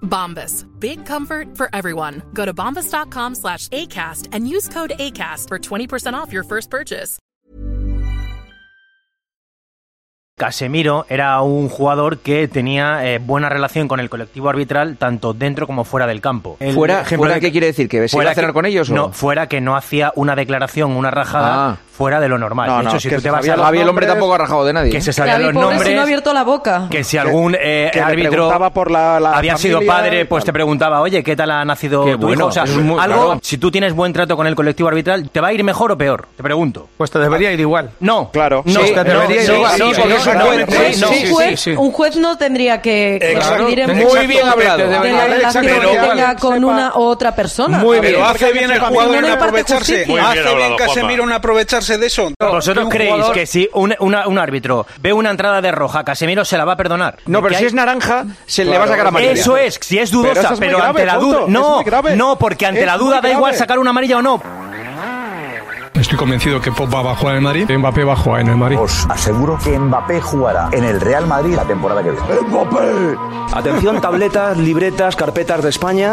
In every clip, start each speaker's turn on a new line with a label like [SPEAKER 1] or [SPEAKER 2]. [SPEAKER 1] Bombas. Big comfort for everyone. Go to bombas.com slash ACAST and use code ACAST for 20% off your first purchase.
[SPEAKER 2] Casemiro era un jugador que tenía eh, buena relación con el colectivo arbitral tanto dentro como fuera del campo. El-
[SPEAKER 3] ¿Fuera, fuera
[SPEAKER 2] de-
[SPEAKER 3] qué quiere decir? ¿Que se iba
[SPEAKER 2] fuera
[SPEAKER 3] a cenar
[SPEAKER 2] que-
[SPEAKER 3] con ellos o
[SPEAKER 2] No, fuera que no hacía una declaración, una rajada
[SPEAKER 3] Ah.
[SPEAKER 2] fuera de lo normal.
[SPEAKER 3] No,
[SPEAKER 2] de hecho,
[SPEAKER 3] no,
[SPEAKER 2] si
[SPEAKER 3] que
[SPEAKER 2] tú te vas
[SPEAKER 3] Javier-
[SPEAKER 2] a los
[SPEAKER 3] Javier, el hombre
[SPEAKER 2] nombres,
[SPEAKER 3] tampoco ha rajado de nadie.
[SPEAKER 2] que se
[SPEAKER 3] ¿eh?
[SPEAKER 2] sabían los
[SPEAKER 4] si no ha
[SPEAKER 2] nombres,
[SPEAKER 4] abierto la boca.
[SPEAKER 2] que si algún eh,
[SPEAKER 5] que le
[SPEAKER 2] árbitro
[SPEAKER 5] preguntaba por la- la
[SPEAKER 2] había sido
[SPEAKER 5] familia
[SPEAKER 2] padre,
[SPEAKER 5] y
[SPEAKER 2] pues te
[SPEAKER 5] tal.
[SPEAKER 2] preguntaba, oye, ¿qué tal ha nacido
[SPEAKER 3] Qué
[SPEAKER 2] tu
[SPEAKER 3] bueno,
[SPEAKER 2] hijo? O sea,
[SPEAKER 3] eso es muy-
[SPEAKER 2] algo,
[SPEAKER 3] claro.
[SPEAKER 2] si tú tienes buen trato con el colectivo arbitral, ¿te va a ir mejor o peor? Te pregunto.
[SPEAKER 6] Pues te debería ir igual.
[SPEAKER 2] No,
[SPEAKER 5] Claro.
[SPEAKER 2] no,
[SPEAKER 6] Sí,
[SPEAKER 2] no,
[SPEAKER 6] debería
[SPEAKER 2] no,
[SPEAKER 6] ir igual.
[SPEAKER 2] no,
[SPEAKER 6] Sí,
[SPEAKER 2] no,
[SPEAKER 6] porque es un
[SPEAKER 2] no,
[SPEAKER 6] buen-
[SPEAKER 2] no,
[SPEAKER 6] sí,
[SPEAKER 4] Pues
[SPEAKER 2] no,
[SPEAKER 6] sí,
[SPEAKER 4] un, juez,
[SPEAKER 6] sí.
[SPEAKER 4] un juez no tendría que que
[SPEAKER 7] Exacto.
[SPEAKER 4] decidir en
[SPEAKER 3] Muy
[SPEAKER 4] función
[SPEAKER 3] bien
[SPEAKER 4] de-
[SPEAKER 3] hablado.
[SPEAKER 4] de la
[SPEAKER 6] Debería
[SPEAKER 4] relación
[SPEAKER 6] exactamente
[SPEAKER 4] que
[SPEAKER 6] igual.
[SPEAKER 4] tenga con una u otra persona.
[SPEAKER 6] Muy bien.
[SPEAKER 8] Pero hace
[SPEAKER 6] Porque
[SPEAKER 8] bien
[SPEAKER 6] hay
[SPEAKER 8] el
[SPEAKER 6] mucha
[SPEAKER 8] jugador
[SPEAKER 4] familia.
[SPEAKER 8] en
[SPEAKER 4] No le parte
[SPEAKER 8] aprovecharse.
[SPEAKER 4] justicia.
[SPEAKER 8] Hace
[SPEAKER 7] Muy bien
[SPEAKER 8] bien
[SPEAKER 7] hablado,
[SPEAKER 8] Casemiro en
[SPEAKER 7] Juanma.
[SPEAKER 8] aprovecharse de eso.
[SPEAKER 2] ¿Vosotros
[SPEAKER 6] un
[SPEAKER 2] creéis
[SPEAKER 6] jugador-
[SPEAKER 2] que si un, una- un árbitro ve una entrada de roja, Casemiro se la va a perdonar?
[SPEAKER 6] No,
[SPEAKER 2] Porque
[SPEAKER 6] pero si
[SPEAKER 2] hay-
[SPEAKER 6] es naranja, se le va a sacar amarilla.
[SPEAKER 2] Eso es, si es
[SPEAKER 6] Pero
[SPEAKER 2] dudosa,
[SPEAKER 6] eso
[SPEAKER 2] pero,
[SPEAKER 6] es muy grave,
[SPEAKER 2] ante la
[SPEAKER 6] Fausto,
[SPEAKER 2] duda.
[SPEAKER 6] es
[SPEAKER 2] No,
[SPEAKER 6] muy grave.
[SPEAKER 2] no, porque ante
[SPEAKER 6] Es
[SPEAKER 2] la
[SPEAKER 6] muy
[SPEAKER 2] duda da
[SPEAKER 6] grave.
[SPEAKER 2] igual sacar una amarilla o no.
[SPEAKER 8] Estoy convencido que Pop va a jugar en el Madrid. Mbappé va a jugar en el Madrid.
[SPEAKER 9] Os aseguro que Mbappé jugará en el Real Madrid la temporada que viene.
[SPEAKER 6] Atención, tabletas, libretas, carpetas de España.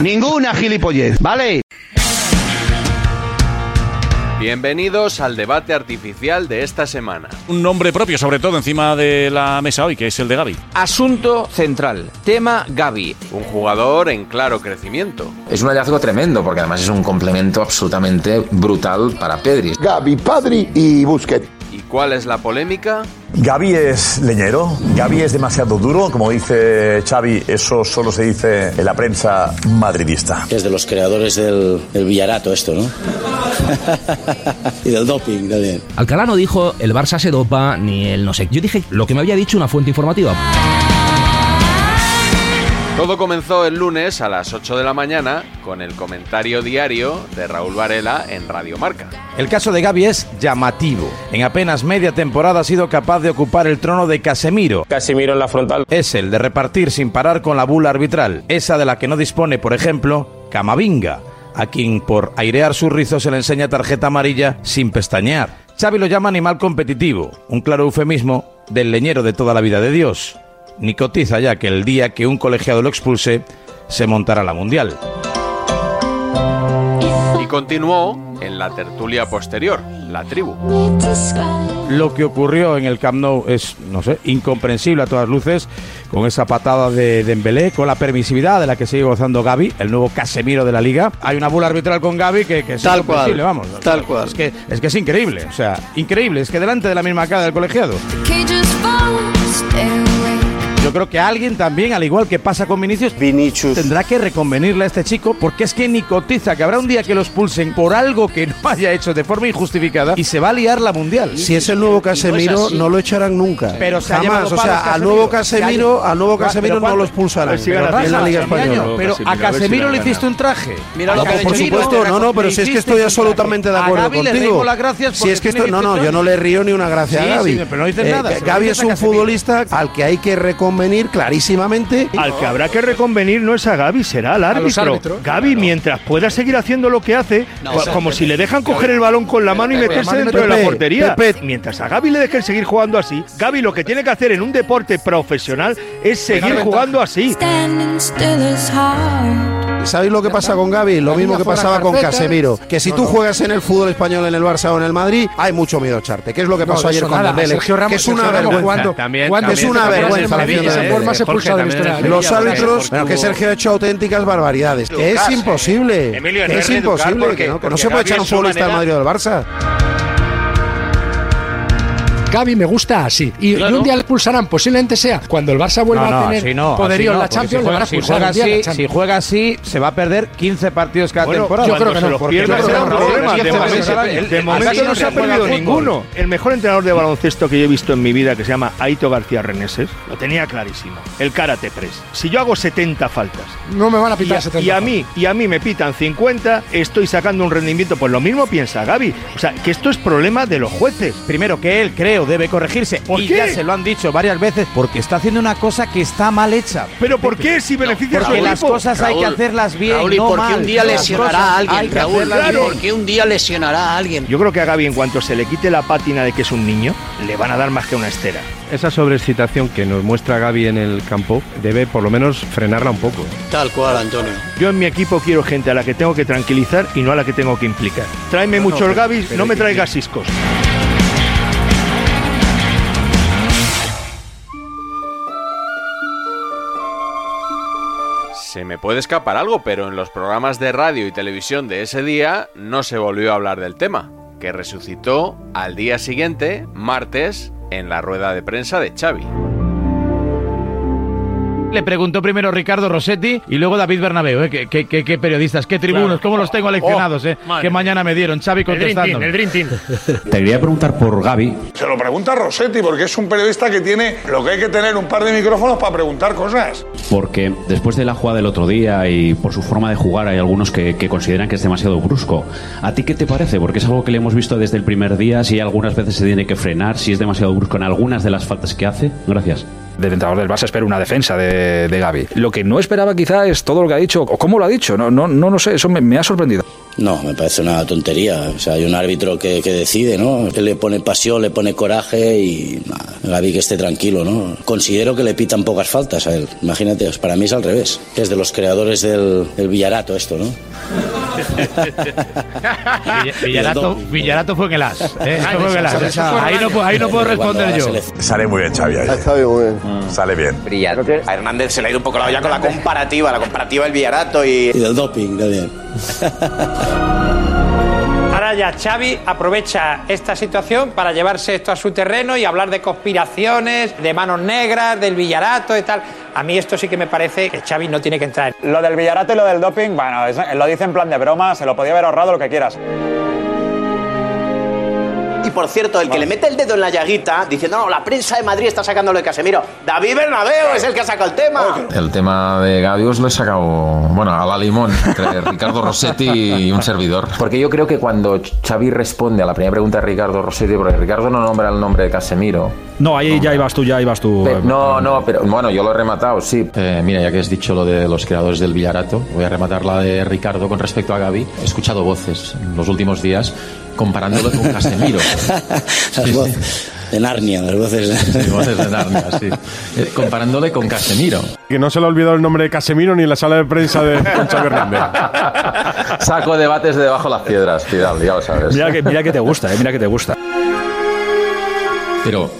[SPEAKER 9] Ninguna gilipollez, ¿vale?
[SPEAKER 3] Bienvenidos al debate artificial de esta semana.
[SPEAKER 9] Un nombre propio, sobre todo, encima de la mesa hoy, que es el de Gaby.
[SPEAKER 3] Asunto central. Tema Gaby. Un jugador en claro crecimiento.
[SPEAKER 2] Es un hallazgo tremendo, porque además es un complemento absolutamente brutal para Pedri.
[SPEAKER 8] Gaby, Padri y Busquets.
[SPEAKER 3] ¿Y cuál es la polémica?
[SPEAKER 9] Gaby es leñero, Gaby es demasiado duro, como dice Xavi, eso solo se dice en la prensa madridista.
[SPEAKER 2] Es de los creadores del, Villarato esto, ¿no? y del doping también.
[SPEAKER 3] Alcalá no dijo el Barça se dopa ni el no sé. Yo dije lo que me había dicho una fuente informativa. Todo comenzó el lunes a las 8 de la mañana con el comentario diario de Raúl Varela en Radio Marca.
[SPEAKER 5] El caso de Gaby es llamativo. En apenas media temporada ha sido capaz de ocupar el trono de Casemiro.
[SPEAKER 6] Casemiro en la frontal.
[SPEAKER 5] Es el de repartir sin parar con la bula arbitral, esa de la que no dispone, por ejemplo, Camavinga, a quien por airear sus rizos se le enseña tarjeta amarilla sin pestañear. Xavi lo llama animal competitivo, un claro eufemismo del leñero de toda la vida de Dios. Nicotiza ya que el día que un colegiado lo expulse, se montará la mundial.
[SPEAKER 3] Y continuó en la tertulia posterior, la tribu.
[SPEAKER 5] Lo que ocurrió en el Camp Nou es, no sé, incomprensible a todas luces, con esa patada de Dembélé, con la permisividad de la que sigue gozando Gaby, el nuevo Casemiro de la Liga. Hay una bula arbitral con Gaby que, que es
[SPEAKER 6] Tal
[SPEAKER 5] incomprensible,
[SPEAKER 6] cual,
[SPEAKER 5] vamos.
[SPEAKER 6] tal cual.
[SPEAKER 5] Es que, es que es increíble, o sea, increíble, es que delante de la misma cara del colegiado.
[SPEAKER 4] Pero
[SPEAKER 5] Yo creo que alguien también, al igual que pasa con Vinicius, tendrá que reconvenirle a este chico porque es que ni cotiza, que habrá un día que lo expulsen por algo que no haya hecho de forma injustificada y se va a liar la mundial.
[SPEAKER 10] Si es el nuevo Casemiro, no lo echarán nunca.
[SPEAKER 5] Pero se ha
[SPEAKER 10] Jamás,
[SPEAKER 5] llevado
[SPEAKER 10] o
[SPEAKER 5] palos
[SPEAKER 10] sea, al
[SPEAKER 5] Casemiro.
[SPEAKER 10] nuevo Casemiro, al nuevo
[SPEAKER 5] Pero
[SPEAKER 10] Casemiro no
[SPEAKER 5] ¿cuánto?
[SPEAKER 10] lo expulsarán.
[SPEAKER 5] Pero si gana
[SPEAKER 10] en la
[SPEAKER 5] Rafa,
[SPEAKER 10] Liga
[SPEAKER 5] Casemiro,
[SPEAKER 10] Española.
[SPEAKER 5] Pero a Casemiro le hiciste un traje.
[SPEAKER 10] Mira
[SPEAKER 5] lo que
[SPEAKER 10] no,
[SPEAKER 5] ha
[SPEAKER 10] Ah, por
[SPEAKER 5] hecho.
[SPEAKER 10] supuesto, no, no, pero si es que estoy absolutamente de
[SPEAKER 5] A
[SPEAKER 10] acuerdo
[SPEAKER 5] Gavi le
[SPEAKER 10] contigo.
[SPEAKER 5] dimos las gracias
[SPEAKER 10] si
[SPEAKER 5] porque
[SPEAKER 10] es que
[SPEAKER 5] tiene
[SPEAKER 10] esto, no, no,
[SPEAKER 5] 18
[SPEAKER 10] yo no le río ni una gracia
[SPEAKER 5] Sí,
[SPEAKER 10] a Gaby. Eh,
[SPEAKER 5] sí, pero no dices nada, se lo
[SPEAKER 10] Gaby
[SPEAKER 5] dices
[SPEAKER 10] es
[SPEAKER 5] a
[SPEAKER 10] un
[SPEAKER 5] Casemiro.
[SPEAKER 10] futbolista al que hay que reconvenir clarísimamente.
[SPEAKER 11] Al que habrá que reconvenir no es a Gaby, será al
[SPEAKER 10] A los
[SPEAKER 11] árbitro.
[SPEAKER 10] árbitros.
[SPEAKER 11] Gaby, mientras pueda seguir haciendo lo que hace,
[SPEAKER 10] No,
[SPEAKER 11] co-
[SPEAKER 10] eso-
[SPEAKER 11] como si le dejan coger el balón con la mano y
[SPEAKER 10] Pepe,
[SPEAKER 11] meterse
[SPEAKER 10] Pepe,
[SPEAKER 11] dentro de la
[SPEAKER 10] Pepe,
[SPEAKER 11] portería.
[SPEAKER 10] Pepe.
[SPEAKER 11] Mientras a Gaby le dejen seguir jugando así, Gaby lo que tiene que hacer en un deporte profesional es seguir jugando así.
[SPEAKER 10] ¿Sabéis lo que pasa con Gaby? Lo mismo que
[SPEAKER 11] fuera
[SPEAKER 10] pasaba con
[SPEAKER 11] carpeta.
[SPEAKER 10] Casemiro. Que si
[SPEAKER 11] No,
[SPEAKER 10] tú
[SPEAKER 11] no.
[SPEAKER 10] juegas en el fútbol español, en el Barça o en el Madrid, hay mucho miedo a echarte. Que es lo que
[SPEAKER 12] No, de
[SPEAKER 10] pasó ayer
[SPEAKER 12] eso
[SPEAKER 10] con
[SPEAKER 12] nada.
[SPEAKER 10] Dembélé,
[SPEAKER 12] A Sergio Ramos-
[SPEAKER 10] Que es una
[SPEAKER 12] Sergio Ramos
[SPEAKER 10] vergüenza.
[SPEAKER 12] cuando- También- cuando-
[SPEAKER 10] es una
[SPEAKER 12] también-
[SPEAKER 10] vergüenza la
[SPEAKER 12] también-
[SPEAKER 10] acción de
[SPEAKER 12] esa
[SPEAKER 10] Dembélé.
[SPEAKER 12] forma se Jorge, expulsa de la también- historia.
[SPEAKER 10] Los
[SPEAKER 12] Jorge,
[SPEAKER 10] árbitros,
[SPEAKER 12] porque
[SPEAKER 10] que
[SPEAKER 12] tuvo-
[SPEAKER 10] Sergio ha hecho auténticas barbaridades. Que es
[SPEAKER 12] Lucas,
[SPEAKER 10] imposible.
[SPEAKER 12] Emilio
[SPEAKER 10] Que es
[SPEAKER 12] Herrera, Lucas,
[SPEAKER 10] imposible.
[SPEAKER 12] porque-
[SPEAKER 10] Que no que no
[SPEAKER 12] porque
[SPEAKER 10] se puede
[SPEAKER 12] Gavi
[SPEAKER 10] echar
[SPEAKER 12] en
[SPEAKER 10] un
[SPEAKER 12] su
[SPEAKER 10] futbolista del Madrid
[SPEAKER 12] manera-
[SPEAKER 10] o del Barça.
[SPEAKER 12] Gaby me gusta así. Y, y un día le expulsarán, posiblemente sea cuando el Barça vuelva a tener
[SPEAKER 5] si no,
[SPEAKER 12] poderío
[SPEAKER 5] así
[SPEAKER 12] en la
[SPEAKER 5] no, porque si
[SPEAKER 12] Champions, le van a
[SPEAKER 5] juega- si
[SPEAKER 12] expulsar
[SPEAKER 5] juega
[SPEAKER 12] un día en la
[SPEAKER 5] así-
[SPEAKER 12] Champions.
[SPEAKER 5] Si juega así, se va a perder 15 partidos cada
[SPEAKER 11] Bueno,
[SPEAKER 5] temporada.
[SPEAKER 11] yo creo que no, porque yo creo que no, porque
[SPEAKER 5] Es que
[SPEAKER 11] de
[SPEAKER 5] Jorge
[SPEAKER 11] momento,
[SPEAKER 5] Serrano-
[SPEAKER 11] de
[SPEAKER 5] él-
[SPEAKER 11] momento
[SPEAKER 5] así
[SPEAKER 11] no se ha
[SPEAKER 5] juega
[SPEAKER 11] perdido
[SPEAKER 5] fútbol.
[SPEAKER 11] ninguno. El mejor entrenador de baloncesto que yo he visto en mi vida, que se llama Aito García Reneses, lo tenía clarísimo. El karate press. Si yo hago 70 faltas
[SPEAKER 12] No me van a
[SPEAKER 11] y
[SPEAKER 12] pitar
[SPEAKER 11] a,
[SPEAKER 12] 70.
[SPEAKER 11] y a mí y a mí me pitan 50, estoy sacando un rendimiento. Pues lo mismo piensa Gaby. O sea, que esto es problema de los jueces.
[SPEAKER 5] Primero que él creo debe corregirse
[SPEAKER 11] ¿Por
[SPEAKER 5] y
[SPEAKER 11] qué?
[SPEAKER 5] ya se lo han dicho varias veces porque está haciendo una cosa que está mal hecha.
[SPEAKER 11] Pero ¿por qué si beneficia a su
[SPEAKER 5] porque las
[SPEAKER 11] equipo?
[SPEAKER 5] cosas hay que hacerlas bien,
[SPEAKER 9] Raúl, ¿y
[SPEAKER 5] no
[SPEAKER 9] por qué
[SPEAKER 5] mal.
[SPEAKER 9] un día
[SPEAKER 5] Las
[SPEAKER 9] lesionará
[SPEAKER 5] cosas
[SPEAKER 9] a
[SPEAKER 5] hay
[SPEAKER 9] alguien,
[SPEAKER 5] que
[SPEAKER 9] Raúl?
[SPEAKER 5] hacerlas
[SPEAKER 9] Claro.
[SPEAKER 5] bien.
[SPEAKER 9] ¿Por qué un día lesionará a alguien?
[SPEAKER 11] Yo creo que a Gaby, en cuanto se le quite la pátina de que es un niño, le van a dar más que una estera.
[SPEAKER 13] Esa sobreexcitación que nos muestra Gaby en el campo debe por lo menos frenarla un poco.
[SPEAKER 9] Tal cual, Antonio.
[SPEAKER 11] Yo en mi equipo quiero gente a la que tengo que tranquilizar y no a la que tengo que implicar. Tráeme
[SPEAKER 13] No, no,
[SPEAKER 11] muchos
[SPEAKER 13] pero-
[SPEAKER 11] Gabis,
[SPEAKER 13] pero
[SPEAKER 11] no me
[SPEAKER 13] hay que
[SPEAKER 11] traigas ciscos.
[SPEAKER 3] Se me puede escapar algo, pero en los programas de radio y televisión de ese día no se volvió a hablar del tema, que resucitó al día siguiente, martes, en la rueda de prensa de Xavi.
[SPEAKER 5] Le preguntó primero Ricardo Rossetti y luego David Bernabeu. ¿eh? ¿Qué, qué- qué- qué periodistas, qué tribunos,
[SPEAKER 14] Claro. Oh,
[SPEAKER 5] cómo los tengo leccionados. ¿eh?
[SPEAKER 14] madre.
[SPEAKER 5] Que mañana me dieron Xavi contestando.
[SPEAKER 14] Te quería preguntar por Gaby.
[SPEAKER 15] Se lo pregunta Rossetti porque es un periodista que tiene lo que hay que tener un par de micrófonos para preguntar cosas.
[SPEAKER 14] Porque después de la jugada del otro día y por su forma de jugar hay algunos que, que consideran que es demasiado brusco. ¿A ti qué te parece? Porque es algo que le hemos visto desde el primer día, si algunas veces se tiene que frenar, si es demasiado brusco en algunas de las faltas que hace. Gracias.
[SPEAKER 16] Del entrenador del Barça espero una defensa de, de Gaby. Lo que no esperaba quizá es todo lo que ha dicho, o cómo lo ha dicho, no, no, no lo sé, eso me, me ha sorprendido.
[SPEAKER 17] No, me parece una tontería. O sea, hay un árbitro que, que decide, ¿no? Que le pone pasión, le pone coraje y nada, Gaby que esté tranquilo, ¿no? Considero que le pitan pocas faltas a él. Imagínate, para mí es al revés. Que es de los creadores del, del Villarato esto, ¿no?
[SPEAKER 5] Villarato, Villarato fue en el as. ¿eh?
[SPEAKER 16] Ah,
[SPEAKER 5] Esto fue en el as. Ahí no, puedo- ahí no puedo responder yo.
[SPEAKER 18] Sale muy bien, Xavi. ahí. Sale bien.
[SPEAKER 19] Mm. A Hernández se le ha ido un poco la olla con la comparativa, la comparativa del Villarato y...
[SPEAKER 17] Y del doping también.
[SPEAKER 20] Ahora ya Xavi aprovecha esta situación para llevarse esto a su terreno y hablar de conspiraciones, de manos negras, del Villarato y tal. A mí esto sí que me parece que Xavi no tiene que entrar.
[SPEAKER 21] Lo del Villarato y lo del doping, bueno, es- lo dice en plan de broma, se lo podía haber ahorrado lo que quieras.
[SPEAKER 19] Y por cierto, el que le mete el dedo en la llaguita diciendo, no, la prensa de Madrid está sacando lo de Casemiro. David Bernabeu es el que ha sacado el tema.
[SPEAKER 8] El tema de Gaby os lo he sacado, bueno, a la limón, entre Ricardo Rossetti y un servidor. Porque yo creo que cuando Xavi responde a la primera pregunta de Ricardo Rossetti, porque Ricardo no nombra el nombre de Casemiro.
[SPEAKER 16] No, ahí ya ibas tú, ya ibas tú.
[SPEAKER 8] Pe- no, no, pero bueno, yo lo he rematado, sí. Eh, mira, ya que has dicho lo de los creadores del Villarato, voy a rematar la de Ricardo con respecto a Gaby. He escuchado voces en los últimos días comparándolo con Casemiro.
[SPEAKER 17] Las voces de Narnia, las voces.
[SPEAKER 8] Sí, voces de Narnia, sí. Eh, comparándole con Casemiro.
[SPEAKER 13] Que no se le ha olvidado el nombre de Casemiro ni la sala de prensa de Concha Hernández.
[SPEAKER 8] Saco debates de debajo las piedras, Fidal, ya lo sabes.
[SPEAKER 16] Mira que, mira que te gusta, eh, mira que te gusta.
[SPEAKER 8] Pero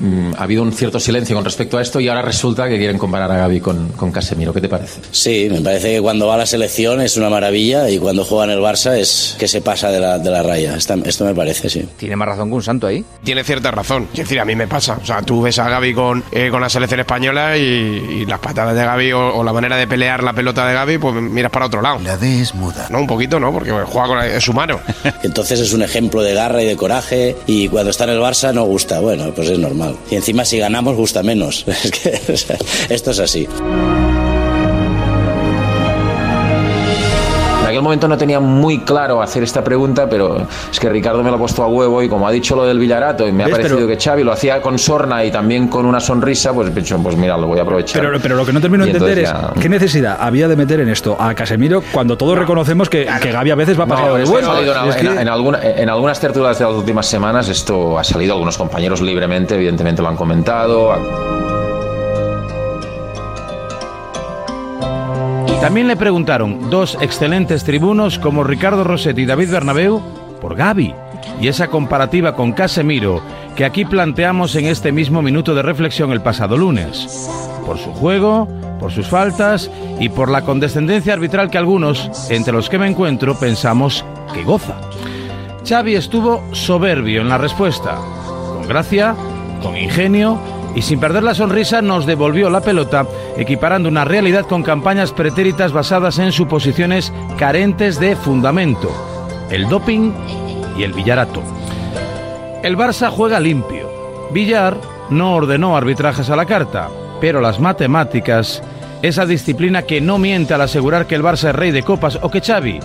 [SPEAKER 8] mm, ha habido un cierto silencio con respecto a esto y ahora resulta que quieren comparar a Gaby con, con Casemiro. ¿Qué te parece?
[SPEAKER 17] Sí, me parece que cuando va a la selección es una maravilla y cuando juega en el Barça es que se pasa de la, de la raya. Esta- esto me parece, sí.
[SPEAKER 22] Tiene más razón que un santo ahí.
[SPEAKER 23] Tiene cierta razón. Es decir, a mí me pasa. O sea, tú ves a Gaby con, eh, con la selección española y, y las patadas de Gaby o, o la manera de pelear la pelota de Gaby, pues miras para otro lado. La D es muda. No, un poquito, ¿no? Porque juega con la- es su mano.
[SPEAKER 17] Entonces es un ejemplo de garra y de coraje y cuando está en el Barça no gusta. Bueno, pues es normal. Y encima si ganamos gusta menos. Es que o sea, esto es así.
[SPEAKER 8] En aquel momento no tenía muy claro hacer esta pregunta, pero es que Ricardo me lo ha puesto a huevo y como ha dicho lo del Villarato, y me ha
[SPEAKER 16] ¿Ves?
[SPEAKER 8] parecido
[SPEAKER 16] Pero-
[SPEAKER 8] que Xavi lo hacía con sorna y también con una sonrisa, pues he dicho, pues mira, lo voy a aprovechar.
[SPEAKER 16] Pero, pero lo que no termino de
[SPEAKER 8] Y
[SPEAKER 16] entender es
[SPEAKER 8] entonces ya-
[SPEAKER 16] qué necesidad había de meter en esto a Casemiro cuando todos reconocemos que, que Gaby a veces va
[SPEAKER 8] No,
[SPEAKER 16] pasado de
[SPEAKER 8] esto ha
[SPEAKER 16] vuelta.
[SPEAKER 8] salido en,
[SPEAKER 16] Es
[SPEAKER 8] en-
[SPEAKER 16] que-
[SPEAKER 8] en alguna- en algunas tertulias de las últimas semanas esto ha salido, algunos compañeros libremente, evidentemente lo han comentado.
[SPEAKER 5] También le preguntaron dos excelentes tribunos como Ricardo Rossetti y David Bernabeu por Gaby y esa comparativa con Casemiro que aquí planteamos en este mismo minuto de reflexión el pasado lunes. Por su juego, por sus faltas y por la condescendencia arbitral que algunos, entre los que me encuentro, pensamos que goza. Xavi estuvo soberbio en la respuesta. Con gracia, con ingenio y sin perder la sonrisa nos devolvió la pelota, equiparando una realidad con campañas pretéritas basadas en suposiciones carentes de fundamento. El doping y el villarato. El Barça juega limpio. Villar no ordenó arbitrajes a la carta, pero las matemáticas, esa disciplina que no miente al asegurar que el Barça es rey de copas o que Xavi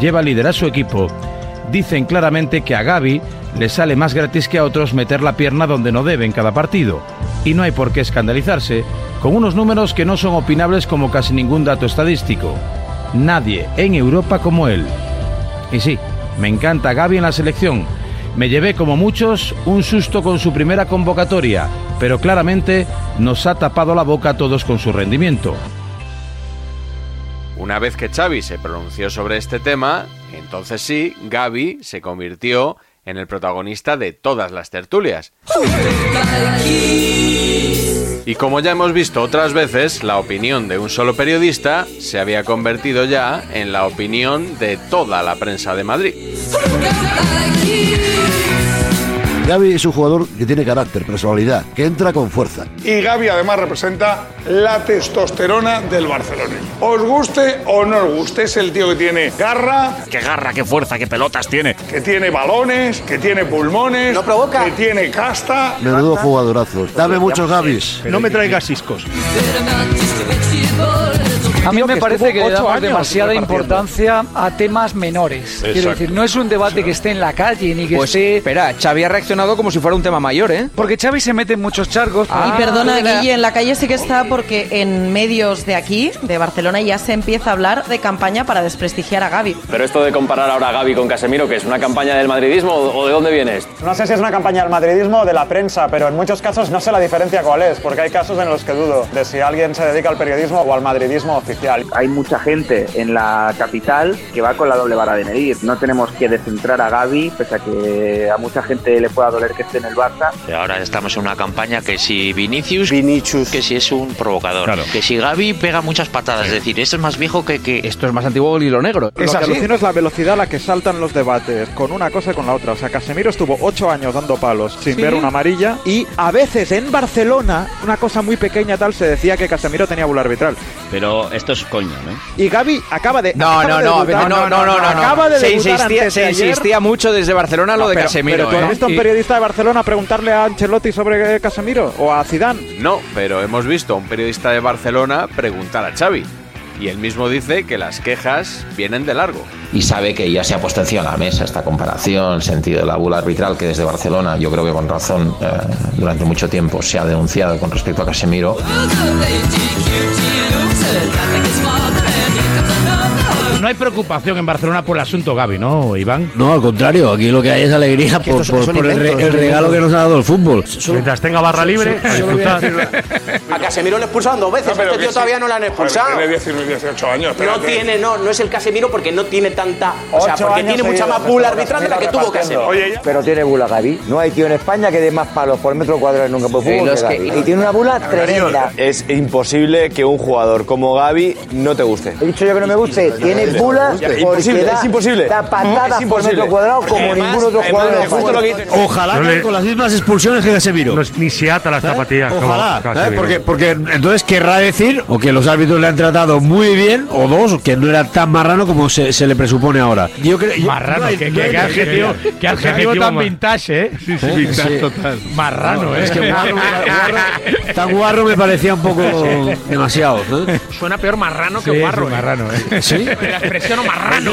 [SPEAKER 5] lleva a liderar su equipo, dicen claramente que a Gaby le sale más gratis que a otros meter la pierna donde no debe en cada partido. Y no hay por qué escandalizarse con unos números que no son opinables como casi ningún dato estadístico. Nadie en Europa como él. Y sí, me encanta Gaby en la selección. Me llevé como muchos un susto con su primera convocatoria, pero claramente nos ha tapado la boca a todos con su rendimiento.
[SPEAKER 3] Una vez que Xavi se pronunció sobre este tema, entonces sí, Gaby se convirtió en el protagonista de todas las tertulias. Y como ya hemos visto otras veces, la opinión de un solo periodista se había convertido ya en la opinión de toda la prensa de Madrid.
[SPEAKER 24] Gaby es un jugador que tiene carácter, personalidad, que entra con fuerza.
[SPEAKER 15] Y Gaby además representa la testosterona del Barcelona. Os guste o no os guste, es el tío que tiene garra,
[SPEAKER 1] Qué garra, qué fuerza, qué pelotas tiene.
[SPEAKER 15] que tiene balones, que tiene pulmones, que tiene casta.
[SPEAKER 24] Menudo jugadorazo. Dame muchos Gabis.
[SPEAKER 11] No me traigas iscos.
[SPEAKER 25] A mí
[SPEAKER 11] Tío,
[SPEAKER 25] me
[SPEAKER 11] que
[SPEAKER 25] parece
[SPEAKER 11] estuvo
[SPEAKER 25] que le
[SPEAKER 11] ocho
[SPEAKER 25] damos
[SPEAKER 11] años
[SPEAKER 25] demasiada
[SPEAKER 11] repartiendo.
[SPEAKER 25] importancia a temas menores. Quiero
[SPEAKER 22] Exacto.
[SPEAKER 25] decir, no es un debate que esté en la calle ni que
[SPEAKER 22] Pues
[SPEAKER 25] esté.
[SPEAKER 22] espera, Xavi ha reaccionado como si fuera un tema mayor, ¿eh?
[SPEAKER 25] Porque Xavi se mete en muchos charcos.
[SPEAKER 22] Ah,
[SPEAKER 4] y perdona,
[SPEAKER 25] era-
[SPEAKER 4] Guille, en la calle sí que está porque en medios de aquí, de Barcelona, ya se empieza a hablar de campaña para desprestigiar a Gaby.
[SPEAKER 26] Pero esto de comparar ahora a Gaby con Casemiro, que es una campaña del madridismo o de dónde viene esto?
[SPEAKER 21] No sé si es una campaña del madridismo o de la prensa, pero en muchos casos no sé la diferencia cuál es, porque hay casos en los que dudo de si alguien se dedica al periodismo o al madridismo oficial.
[SPEAKER 27] Hay mucha gente en la capital que va con la doble vara de medir. No tenemos que descentrar a Gaby, pese a que a mucha gente le pueda doler que esté en el Barça.
[SPEAKER 28] Ahora estamos en una campaña que si Vinicius, que si es un provocador, que si Gaby pega muchas patadas, es decir, esto es más viejo que, que esto es más antiguo que el hilo negro.
[SPEAKER 22] Lo que alucino es la velocidad a la que saltan los debates, con una cosa y con la otra. O sea, Casemiro estuvo ocho años dando palos sin
[SPEAKER 25] Sí.
[SPEAKER 22] ver una amarilla. Y a veces en Barcelona, una cosa muy pequeña tal, se decía que Casemiro tenía bula arbitral.
[SPEAKER 28] Pero esto es coño, ¿no?
[SPEAKER 22] Y Gaby acaba de.
[SPEAKER 25] No,
[SPEAKER 22] acaba
[SPEAKER 25] no,
[SPEAKER 22] de
[SPEAKER 25] no,
[SPEAKER 22] debutar-
[SPEAKER 25] no, no, no, no, no.
[SPEAKER 22] Acaba de
[SPEAKER 25] Se
[SPEAKER 22] debutar
[SPEAKER 25] insistía-
[SPEAKER 22] antes de
[SPEAKER 25] se
[SPEAKER 22] ayer.
[SPEAKER 25] insistía
[SPEAKER 22] mucho desde Barcelona
[SPEAKER 25] lo de
[SPEAKER 22] pero-
[SPEAKER 25] Casemiro,
[SPEAKER 22] Pero, ¿tú
[SPEAKER 25] ¿eh?
[SPEAKER 22] has visto a un
[SPEAKER 25] Y-
[SPEAKER 22] periodista de Barcelona preguntarle a Ancelotti sobre eh, Casemiro o a Zidane?
[SPEAKER 3] No, pero hemos visto a un periodista de Barcelona preguntar a Xavi. Y él mismo dice que las quejas vienen de largo.
[SPEAKER 8] Y sabe que ya se ha puesto encima de la mesa esta comparación, el sentido de la bula arbitral que desde Barcelona, yo creo que con razón, eh, durante mucho tiempo se ha denunciado con respecto a Casemiro.
[SPEAKER 5] No hay preocupación en Barcelona por el asunto Gaby, ¿no, Iván?
[SPEAKER 17] No, al contrario, aquí lo que hay es alegría
[SPEAKER 5] Que
[SPEAKER 17] por,
[SPEAKER 5] esto es-
[SPEAKER 17] por-
[SPEAKER 5] es un
[SPEAKER 17] por el, re-
[SPEAKER 5] invento,
[SPEAKER 17] el
[SPEAKER 5] es un
[SPEAKER 17] regalo
[SPEAKER 5] invento.
[SPEAKER 17] que nos ha dado el fútbol.
[SPEAKER 5] Mientras tenga barra libre, a disfrutar.
[SPEAKER 2] A Casemiro le expulsaron dos veces,
[SPEAKER 29] pero
[SPEAKER 2] este
[SPEAKER 29] que
[SPEAKER 2] tío
[SPEAKER 29] sí.
[SPEAKER 2] todavía no lo han expulsado.
[SPEAKER 29] Joder, Tiene 19, 18 años.
[SPEAKER 2] No
[SPEAKER 29] espérate.
[SPEAKER 2] tiene, no, no es el Casemiro porque no tiene tanta. O sea,
[SPEAKER 29] Ocho
[SPEAKER 2] porque
[SPEAKER 29] años
[SPEAKER 2] tiene mucha
[SPEAKER 29] seguidos
[SPEAKER 2] más bula
[SPEAKER 29] está
[SPEAKER 2] arbitral de la que
[SPEAKER 29] Casemiro
[SPEAKER 2] tuvo Casemiro.
[SPEAKER 29] repartiendo. Oye,
[SPEAKER 30] Pero tiene bula Gaby. No hay tío en España que dé más palos por metro cuadrado en un campo de
[SPEAKER 11] Sí,
[SPEAKER 30] fútbol
[SPEAKER 11] los
[SPEAKER 30] que
[SPEAKER 11] que-
[SPEAKER 30] Gavi. Y tiene una bula tremenda.
[SPEAKER 11] Es imposible que un jugador como Gaby no te guste.
[SPEAKER 30] He dicho yo que no me guste. Tiene bula porque
[SPEAKER 11] Imposible,
[SPEAKER 30] da,
[SPEAKER 11] es imposible.
[SPEAKER 30] da patadas
[SPEAKER 11] Es
[SPEAKER 30] por
[SPEAKER 11] imposible.
[SPEAKER 30] metro cuadrado como
[SPEAKER 11] Porque además-
[SPEAKER 30] ningún otro
[SPEAKER 11] además,
[SPEAKER 30] jugador.
[SPEAKER 11] es
[SPEAKER 30] en la
[SPEAKER 11] justo lo que
[SPEAKER 30] historia.
[SPEAKER 11] dice-
[SPEAKER 17] Ojalá
[SPEAKER 11] No le-
[SPEAKER 17] que con las mismas expulsiones que Casemiro.
[SPEAKER 5] ni se ata las zapatillas. como
[SPEAKER 17] Ojalá, ¿sabes?
[SPEAKER 5] Casemiro.
[SPEAKER 17] Porque, porque entonces querrá decir o que los árbitros le han tratado muy bien o dos, que no era tan marrano como se, se le presupone ahora. Yo creo- yo-
[SPEAKER 5] Marrano,
[SPEAKER 17] no hay-
[SPEAKER 5] que,
[SPEAKER 17] no
[SPEAKER 5] que-
[SPEAKER 17] hay-
[SPEAKER 5] que adjetivo,
[SPEAKER 17] que-
[SPEAKER 5] que adjetivo
[SPEAKER 17] que-
[SPEAKER 5] tan vintage, ¿eh?
[SPEAKER 17] sí, ¿Eh? vintage Sí.
[SPEAKER 5] total. Marrano, ¿eh?
[SPEAKER 17] es que guarro, Tan guarro me parecía un poco demasiado. ¿eh?
[SPEAKER 5] Suena peor marrano
[SPEAKER 17] que guarro, ¿eh?
[SPEAKER 5] marrano, ¿eh?
[SPEAKER 17] Sí.
[SPEAKER 5] La expresión marrano.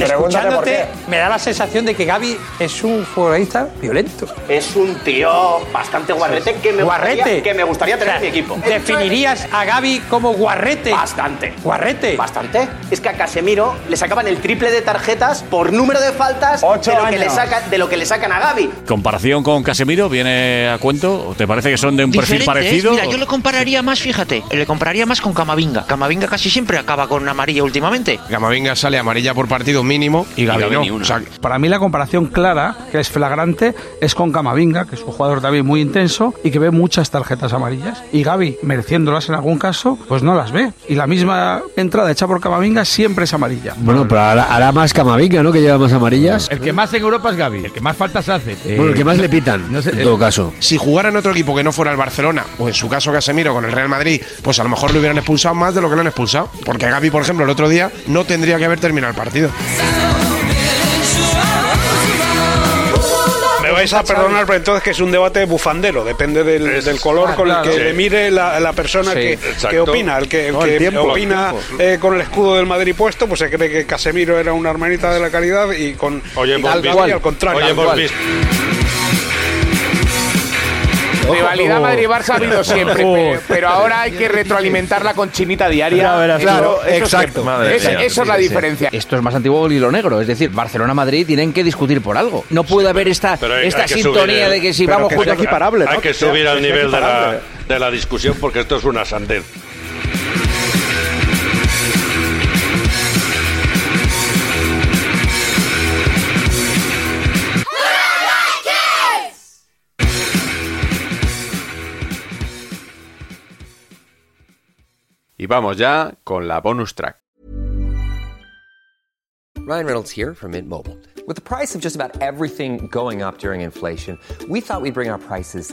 [SPEAKER 31] Pregúntate por
[SPEAKER 32] Escuchándote, me da la sensación de que Gaby es un futbolista violento.
[SPEAKER 2] Es un tío bastante guarrete que me
[SPEAKER 32] Guarrete.
[SPEAKER 2] gustaría, que me gustaría tener
[SPEAKER 32] O sea,
[SPEAKER 2] en mi equipo.
[SPEAKER 32] ¿Definirías a Gaby como guarrete?
[SPEAKER 2] Bastante.
[SPEAKER 32] Guarrete.
[SPEAKER 2] Bastante. Es que a Casemiro le sacaban el triple de tarjetas por número de faltas de lo, que
[SPEAKER 31] años.
[SPEAKER 2] le sacan, de lo que le sacan a Gaby.
[SPEAKER 33] ¿Comparación con Casemiro viene a cuento? ¿O ¿Te parece que son de un perfil
[SPEAKER 34] Diferentes,
[SPEAKER 2] ¿eh?
[SPEAKER 33] parecido?
[SPEAKER 34] ¿eh? Mira, yo le compararía más, fíjate, le compararía más con Camavinga. Camavinga casi siempre acaba con una amarilla últimamente.
[SPEAKER 35] Camavinga sale amarilla por partido mínimo y Gaby,
[SPEAKER 11] Gavi
[SPEAKER 35] no.
[SPEAKER 11] ni una.
[SPEAKER 35] O sea,
[SPEAKER 11] Para mí la comparación clara, que es flagrante, es con Camavinga, que es un jugador también muy intenso y que ve muchas tarjetas amarillas. Y Gaby, mereciéndolas en algún caso, pues no las ve. Y la misma entrada hecha por Camavinga siempre es amarilla.
[SPEAKER 17] Bueno, pero hará, hará más Camavinga, ¿no? Que lleva más amarillas.
[SPEAKER 5] El que más en Europa es Gaby, el que más faltas hace.
[SPEAKER 17] bueno, el que más le pitan,
[SPEAKER 5] no sé,
[SPEAKER 17] en
[SPEAKER 5] eh,
[SPEAKER 17] todo caso.
[SPEAKER 35] Si jugara en otro equipo que no fuera el Barcelona, o en su caso Casemiro con el Real Madrid, pues a lo mejor le hubieran expulsado más de lo que lo han expulsado. Porque Gaby, por ejemplo, el otro día no tendría que haber terminado el partido.
[SPEAKER 15] Me vais a perdonar, pero entonces que es un debate bufandero, depende del, del color
[SPEAKER 11] Ah,
[SPEAKER 15] con el
[SPEAKER 11] claro.
[SPEAKER 15] que
[SPEAKER 11] Sí.
[SPEAKER 15] le mire la, la persona
[SPEAKER 11] Sí,
[SPEAKER 15] que,
[SPEAKER 11] exacto.
[SPEAKER 15] que opina. El que, el
[SPEAKER 11] No, el
[SPEAKER 15] que
[SPEAKER 11] tiempo, el
[SPEAKER 15] opina
[SPEAKER 11] tiempo.
[SPEAKER 15] eh, con el escudo del Madrid puesto, pues se cree que Casemiro era una hermanita de la caridad y con
[SPEAKER 11] Oye,
[SPEAKER 15] y
[SPEAKER 11] hemos
[SPEAKER 15] Gavi
[SPEAKER 11] visto.
[SPEAKER 15] al contrario.
[SPEAKER 11] Oye, pues hemos
[SPEAKER 15] Tal cual.
[SPEAKER 11] visto.
[SPEAKER 36] Rivalidad
[SPEAKER 32] Oh.
[SPEAKER 15] como-
[SPEAKER 36] Madrid-Barça ha habido siempre,
[SPEAKER 15] Ojo.
[SPEAKER 36] pero, pero ahora hay que retroalimentarla con chinita diaria.
[SPEAKER 9] Ya verás,
[SPEAKER 36] Claro,
[SPEAKER 9] claro,
[SPEAKER 36] eso
[SPEAKER 9] exacto.
[SPEAKER 36] siempre. Es- esa es la diferencia.
[SPEAKER 9] Esto es más antiguo que el hilo negro. Es decir, Barcelona-Madrid tienen que discutir por algo. No puede haber esta,
[SPEAKER 15] Pero hay-
[SPEAKER 9] esta
[SPEAKER 15] hay que subir
[SPEAKER 9] sintonía
[SPEAKER 15] el-
[SPEAKER 9] de que si
[SPEAKER 15] pero
[SPEAKER 9] vamos
[SPEAKER 15] que
[SPEAKER 9] juntos-
[SPEAKER 15] sea equiparable, ¿no? Hay que que sea- subir al que sea nivel de la, equiparable. de la discusión porque esto es una sandez.
[SPEAKER 3] Y vamos ya con la bonus track.
[SPEAKER 14] Ryan Reynolds here from Mint Mobile. With the price of just about everything going up during inflation, we thought we'd bring our prices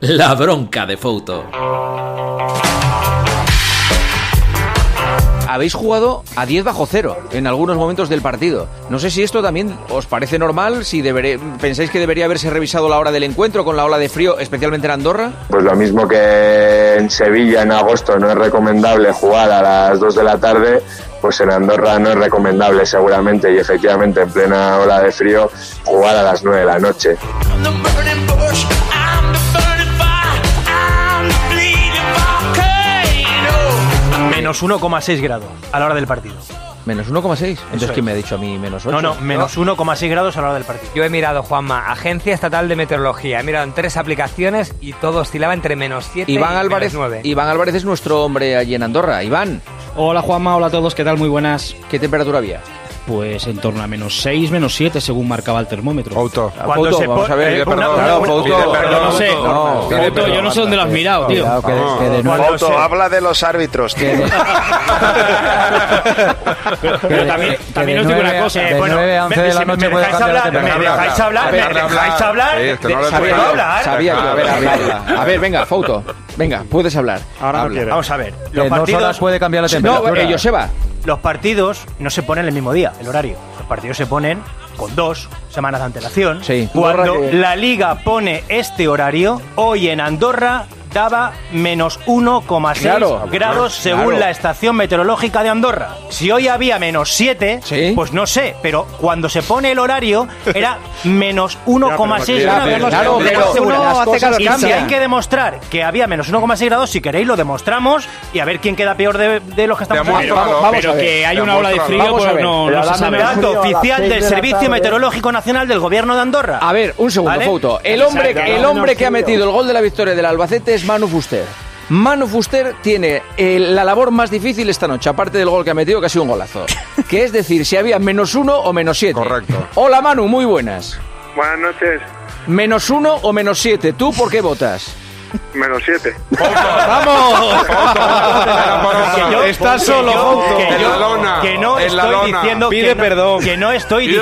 [SPEAKER 4] La bronca de Fouto.
[SPEAKER 9] Habéis jugado a 10 bajo cero en algunos momentos del partido. No sé si esto también os parece normal, si deberé- pensáis que debería haberse revisado la hora del encuentro con la ola de frío, especialmente en Andorra.
[SPEAKER 37] Pues lo mismo que en Sevilla en agosto no es recomendable jugar a las 2 de la tarde, pues en Andorra no es recomendable seguramente y efectivamente en plena ola de frío jugar a las 9 de la noche.
[SPEAKER 38] Menos 1,6 grados a la hora del partido.
[SPEAKER 9] Menos 1,6. Entonces,
[SPEAKER 38] Eso
[SPEAKER 9] ¿quién
[SPEAKER 38] es.
[SPEAKER 9] me ha dicho a mí menos
[SPEAKER 38] No,
[SPEAKER 9] 8?
[SPEAKER 38] no, menos 1,6 grados a la hora del partido.
[SPEAKER 39] Yo he mirado, Juanma, Agencia Estatal de Meteorología. He mirado en tres aplicaciones y todo oscilaba entre menos 7
[SPEAKER 9] Iván
[SPEAKER 39] y
[SPEAKER 9] Álvarez,
[SPEAKER 39] menos 9.
[SPEAKER 9] Iván Álvarez es nuestro hombre allí en Andorra. Iván. Hola Juanma, hola a todos, ¿qué tal? Muy buenas. ¿Qué temperatura había?
[SPEAKER 40] pues en torno a menos 6, menos 7 según marcaba el termómetro. Auto.
[SPEAKER 41] Cuando Fouto, se vamos po- a ver, eh, pide una- perdón. una- Claro, Fouto, pide perdón,
[SPEAKER 40] yo no sé.
[SPEAKER 41] no,
[SPEAKER 40] Fouto,
[SPEAKER 41] pide
[SPEAKER 40] yo no sé dónde lo has mirado, tío.
[SPEAKER 11] Cuidado, que de- que de nuevo- Fouto, habla de los árbitros. tío.
[SPEAKER 40] Pero también,
[SPEAKER 11] que
[SPEAKER 40] también
[SPEAKER 11] de
[SPEAKER 40] os digo
[SPEAKER 11] nueve
[SPEAKER 40] una
[SPEAKER 11] a-
[SPEAKER 40] cosa. eh,
[SPEAKER 11] de nueve a once de
[SPEAKER 40] si
[SPEAKER 11] la noche
[SPEAKER 40] me
[SPEAKER 11] puede
[SPEAKER 40] dejáis
[SPEAKER 11] cambiar
[SPEAKER 40] hablar,
[SPEAKER 11] la
[SPEAKER 40] me
[SPEAKER 11] temperatura.
[SPEAKER 40] dejáis hablar,
[SPEAKER 11] A
[SPEAKER 40] me
[SPEAKER 11] ver,
[SPEAKER 40] dejáis hablar. eh.
[SPEAKER 11] Sí, es que no
[SPEAKER 40] de-
[SPEAKER 11] lo he
[SPEAKER 40] ¿sabéis
[SPEAKER 11] escuchado.
[SPEAKER 40] hablar?
[SPEAKER 11] Sabía que-
[SPEAKER 41] a ver, habla.
[SPEAKER 9] A ver, venga, Fouto. Venga, puedes hablar.
[SPEAKER 2] Ahora no
[SPEAKER 9] Habla.
[SPEAKER 2] quiere. Vamos a ver.
[SPEAKER 9] Que en dos horas puede cambiar la temperatura.
[SPEAKER 2] eh, Joseba. Los partidos no se ponen el mismo día, el horario. Los partidos se ponen con dos semanas de antelación.
[SPEAKER 9] Sí.
[SPEAKER 2] Cuando
[SPEAKER 9] Andorra que-
[SPEAKER 2] la liga pone este horario, hoy en Andorra daba menos 1,6
[SPEAKER 9] Claro,
[SPEAKER 2] grados
[SPEAKER 9] claro.
[SPEAKER 2] según
[SPEAKER 9] Claro.
[SPEAKER 2] la estación meteorológica de Andorra. Si hoy había menos 7, pues no sé, pero cuando se pone el horario era menos 1,6
[SPEAKER 9] Ya,
[SPEAKER 2] grados.
[SPEAKER 9] pero claro, pero
[SPEAKER 2] Menos
[SPEAKER 9] seguro,
[SPEAKER 2] uno,
[SPEAKER 9] las
[SPEAKER 2] hace
[SPEAKER 9] cosas
[SPEAKER 2] calor. Y si
[SPEAKER 9] cambian.
[SPEAKER 2] hay que demostrar que había menos 1,6 grados, si queréis lo demostramos y a ver quién queda peor de, de los que estamos
[SPEAKER 40] Pero vamos- vamos Pero a ver. que hay una ola de frío,
[SPEAKER 2] Vamos a
[SPEAKER 40] pues
[SPEAKER 2] ver.
[SPEAKER 40] no- no se sabe.
[SPEAKER 2] Dato
[SPEAKER 9] Frío a las
[SPEAKER 2] oficial
[SPEAKER 9] seis
[SPEAKER 2] del
[SPEAKER 9] de la
[SPEAKER 2] Servicio
[SPEAKER 9] tarde.
[SPEAKER 2] Meteorológico Nacional del Gobierno de Andorra.
[SPEAKER 9] A ver, un segundo,
[SPEAKER 2] ¿Vale?
[SPEAKER 9] Fouto. El hombre,
[SPEAKER 2] Exacto.
[SPEAKER 9] el hombre que ha metido el gol de la victoria del Albacete es Manu Fuster. Manu Fuster tiene eh, la labor más difícil esta noche, aparte del gol que ha metido, que ha sido un golazo. que es decir, si había menos uno o menos siete. Correcto. Hola Manu, muy buenas.
[SPEAKER 15] Buenas noches,
[SPEAKER 9] Menos uno o menos siete. ¿Tú por qué votas?
[SPEAKER 15] menos 7.
[SPEAKER 9] ¡Vamos!
[SPEAKER 2] Que yo- que yo- que, yo- que no estoy diciendo que no- que no estoy
[SPEAKER 11] Pide
[SPEAKER 2] diciendo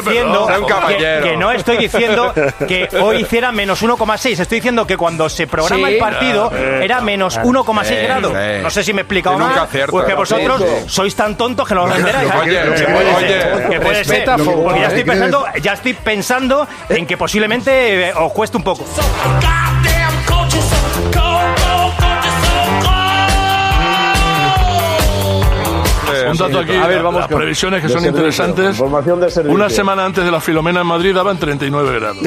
[SPEAKER 11] perdón. Sea un
[SPEAKER 2] que-
[SPEAKER 11] caballero.
[SPEAKER 2] que, no estoy diciendo que hoy hiciera menos 1,6 estoy diciendo que cuando se programa
[SPEAKER 11] Sí.
[SPEAKER 2] el partido
[SPEAKER 11] Sí.
[SPEAKER 2] era menos 1,6
[SPEAKER 11] Sí,
[SPEAKER 2] grados
[SPEAKER 11] sí.
[SPEAKER 2] no sé si me he explicado
[SPEAKER 11] Que nunca
[SPEAKER 2] mal
[SPEAKER 11] acierta,
[SPEAKER 2] o es que
[SPEAKER 11] ¿no?
[SPEAKER 2] vosotros
[SPEAKER 11] Sí, sí.
[SPEAKER 2] sois tan tontos que no os enteráis
[SPEAKER 11] Oye,
[SPEAKER 2] Que
[SPEAKER 11] oye,
[SPEAKER 2] puede ser,
[SPEAKER 11] oye,
[SPEAKER 2] que puede ser.
[SPEAKER 11] respeta, Foucault,
[SPEAKER 2] porque ya
[SPEAKER 11] ¿eh?
[SPEAKER 2] estoy
[SPEAKER 11] ¿Qué
[SPEAKER 2] pensando ya estoy pensando en que posiblemente eh, os cueste un poco
[SPEAKER 42] Un dato aquí,
[SPEAKER 43] A ver, vamos
[SPEAKER 42] las
[SPEAKER 43] con-
[SPEAKER 42] previsiones que
[SPEAKER 43] de
[SPEAKER 42] son
[SPEAKER 43] servicio,
[SPEAKER 42] interesantes.
[SPEAKER 43] información de servicio.
[SPEAKER 42] Una semana antes de la Filomena en Madrid daban 39 grados.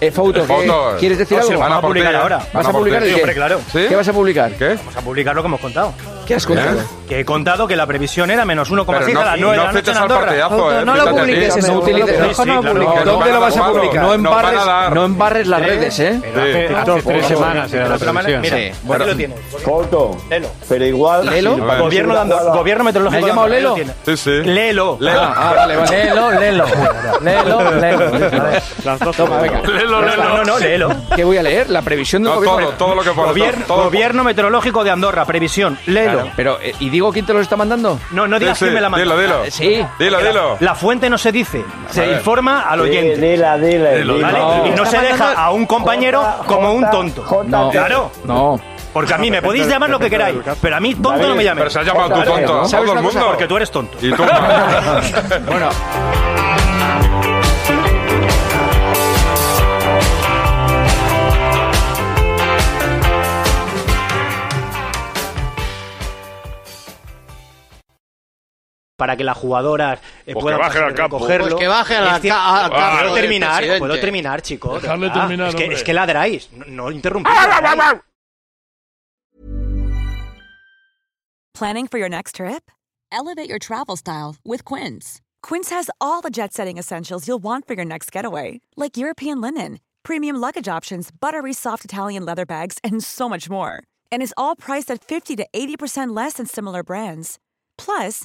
[SPEAKER 9] Eh, Fouto, ¿qué-
[SPEAKER 42] Fouto,
[SPEAKER 9] ¿quieres decir
[SPEAKER 42] no,
[SPEAKER 9] algo?
[SPEAKER 42] se lo van a Van a publicar
[SPEAKER 2] ahora.
[SPEAKER 9] ¿Vas a publicar el
[SPEAKER 2] Sí,
[SPEAKER 9] qué?
[SPEAKER 2] hombre, claro.
[SPEAKER 9] ¿Sí? ¿Qué vas a publicar?
[SPEAKER 15] ¿Qué?
[SPEAKER 2] vamos a publicar lo que hemos contado ¿Eh?
[SPEAKER 9] ¿Qué has contado?
[SPEAKER 2] que he contado que la previsión era menos 1,6 a
[SPEAKER 9] Pero no-
[SPEAKER 2] las 9 de
[SPEAKER 9] no
[SPEAKER 2] la noche en
[SPEAKER 9] afectes al
[SPEAKER 2] Andorra
[SPEAKER 9] partidazo, Fouto, eh, no lo fíjate a ti. publiques eso, utiliza-
[SPEAKER 2] Sí,
[SPEAKER 9] mejor no
[SPEAKER 2] sí,
[SPEAKER 9] lo
[SPEAKER 2] claro.
[SPEAKER 9] publiques. ¿Dónde lo vas a publicar? No embarres- no embarres las redes, ¿eh?
[SPEAKER 2] Pero hace- hace
[SPEAKER 9] Sí. Dos,
[SPEAKER 2] tres
[SPEAKER 9] por favor.
[SPEAKER 2] semanas era la
[SPEAKER 9] Otra manera-
[SPEAKER 2] previsión.
[SPEAKER 9] mira,
[SPEAKER 2] Sí.
[SPEAKER 9] bueno,
[SPEAKER 2] Aquí lo
[SPEAKER 9] tiene.
[SPEAKER 2] tienes.
[SPEAKER 11] Foto.
[SPEAKER 2] Lelo.
[SPEAKER 11] Pero igual.
[SPEAKER 2] Lelo. Gobierno de Andorra. Gobierno
[SPEAKER 11] ¿Me
[SPEAKER 2] meteorológico.
[SPEAKER 11] has
[SPEAKER 2] de
[SPEAKER 11] llamado Lelo?
[SPEAKER 2] Andorra, ahí lo tienes. Lelo.
[SPEAKER 11] Lelo. Ah, ah, vale, vale.
[SPEAKER 2] Lelo, Lelo.
[SPEAKER 9] Lelo, lelo.
[SPEAKER 2] Las dos.
[SPEAKER 9] Toma, venga.
[SPEAKER 2] Lelo, lelo. No, no, léelo.
[SPEAKER 9] ¿Qué voy a leer? La previsión del gobierno.
[SPEAKER 2] Gobierno, Gobierno meteorológico de Andorra, previsión, léelo.
[SPEAKER 9] Claro, pero, eh, ¿y digo quién te los está mandando?
[SPEAKER 2] No, no digas
[SPEAKER 9] Sí, sí,
[SPEAKER 2] quién me la manda.
[SPEAKER 9] dilo, dilo.
[SPEAKER 2] Ah, Sí.
[SPEAKER 9] Dilo,
[SPEAKER 2] Porque la-
[SPEAKER 9] dilo.
[SPEAKER 2] La, fuente no se dice, se
[SPEAKER 11] ver.
[SPEAKER 2] informa al
[SPEAKER 11] Sí,
[SPEAKER 2] oyente.
[SPEAKER 11] dila, dila,
[SPEAKER 2] ¿Vale?
[SPEAKER 11] dila.
[SPEAKER 2] Y no se
[SPEAKER 11] Está
[SPEAKER 2] deja
[SPEAKER 11] mandando-
[SPEAKER 2] a un compañero como un tonto.
[SPEAKER 11] No.
[SPEAKER 2] Claro.
[SPEAKER 9] No.
[SPEAKER 2] Porque a mí me
[SPEAKER 11] Depende-
[SPEAKER 2] podéis llamar lo que
[SPEAKER 11] depende
[SPEAKER 2] queráis,
[SPEAKER 11] del caso.
[SPEAKER 2] pero a mí tonto
[SPEAKER 11] David,
[SPEAKER 2] no me llaméis.
[SPEAKER 11] pero se has llamado tú
[SPEAKER 2] Claro.
[SPEAKER 11] tonto a
[SPEAKER 2] ¿Sabes
[SPEAKER 11] todo
[SPEAKER 2] una
[SPEAKER 11] el
[SPEAKER 2] cosa?
[SPEAKER 11] mundo.
[SPEAKER 2] Porque tú eres tonto.
[SPEAKER 11] Y tú.
[SPEAKER 9] bueno.
[SPEAKER 2] para que las jugadoras eh,
[SPEAKER 11] Pues
[SPEAKER 2] puedan
[SPEAKER 11] que bajen
[SPEAKER 2] pasar
[SPEAKER 11] al
[SPEAKER 2] y
[SPEAKER 11] campo.
[SPEAKER 2] recogerlo.
[SPEAKER 11] Pues que bajen
[SPEAKER 2] Es
[SPEAKER 11] al
[SPEAKER 2] que-
[SPEAKER 11] ca- al
[SPEAKER 2] ¿Puedo
[SPEAKER 11] campo
[SPEAKER 2] ¿Puedo
[SPEAKER 11] del
[SPEAKER 2] terminar?
[SPEAKER 11] presidente.
[SPEAKER 2] ¿Puedo terminar, chicos? de
[SPEAKER 11] Dejadle
[SPEAKER 2] verdad?
[SPEAKER 11] terminar,
[SPEAKER 2] es, que,
[SPEAKER 11] hombre.
[SPEAKER 2] es que ladráis. No, no interrumpís. ladráis.
[SPEAKER 42] Planning for your next trip? Elevate your travel style with Quince. Quince has all the jet setting essentials you'll want for your next getaway, like European linen, premium luggage options, buttery soft Italian leather bags, and so much more. And is all priced at 50 to 80% less than similar brands. Plus,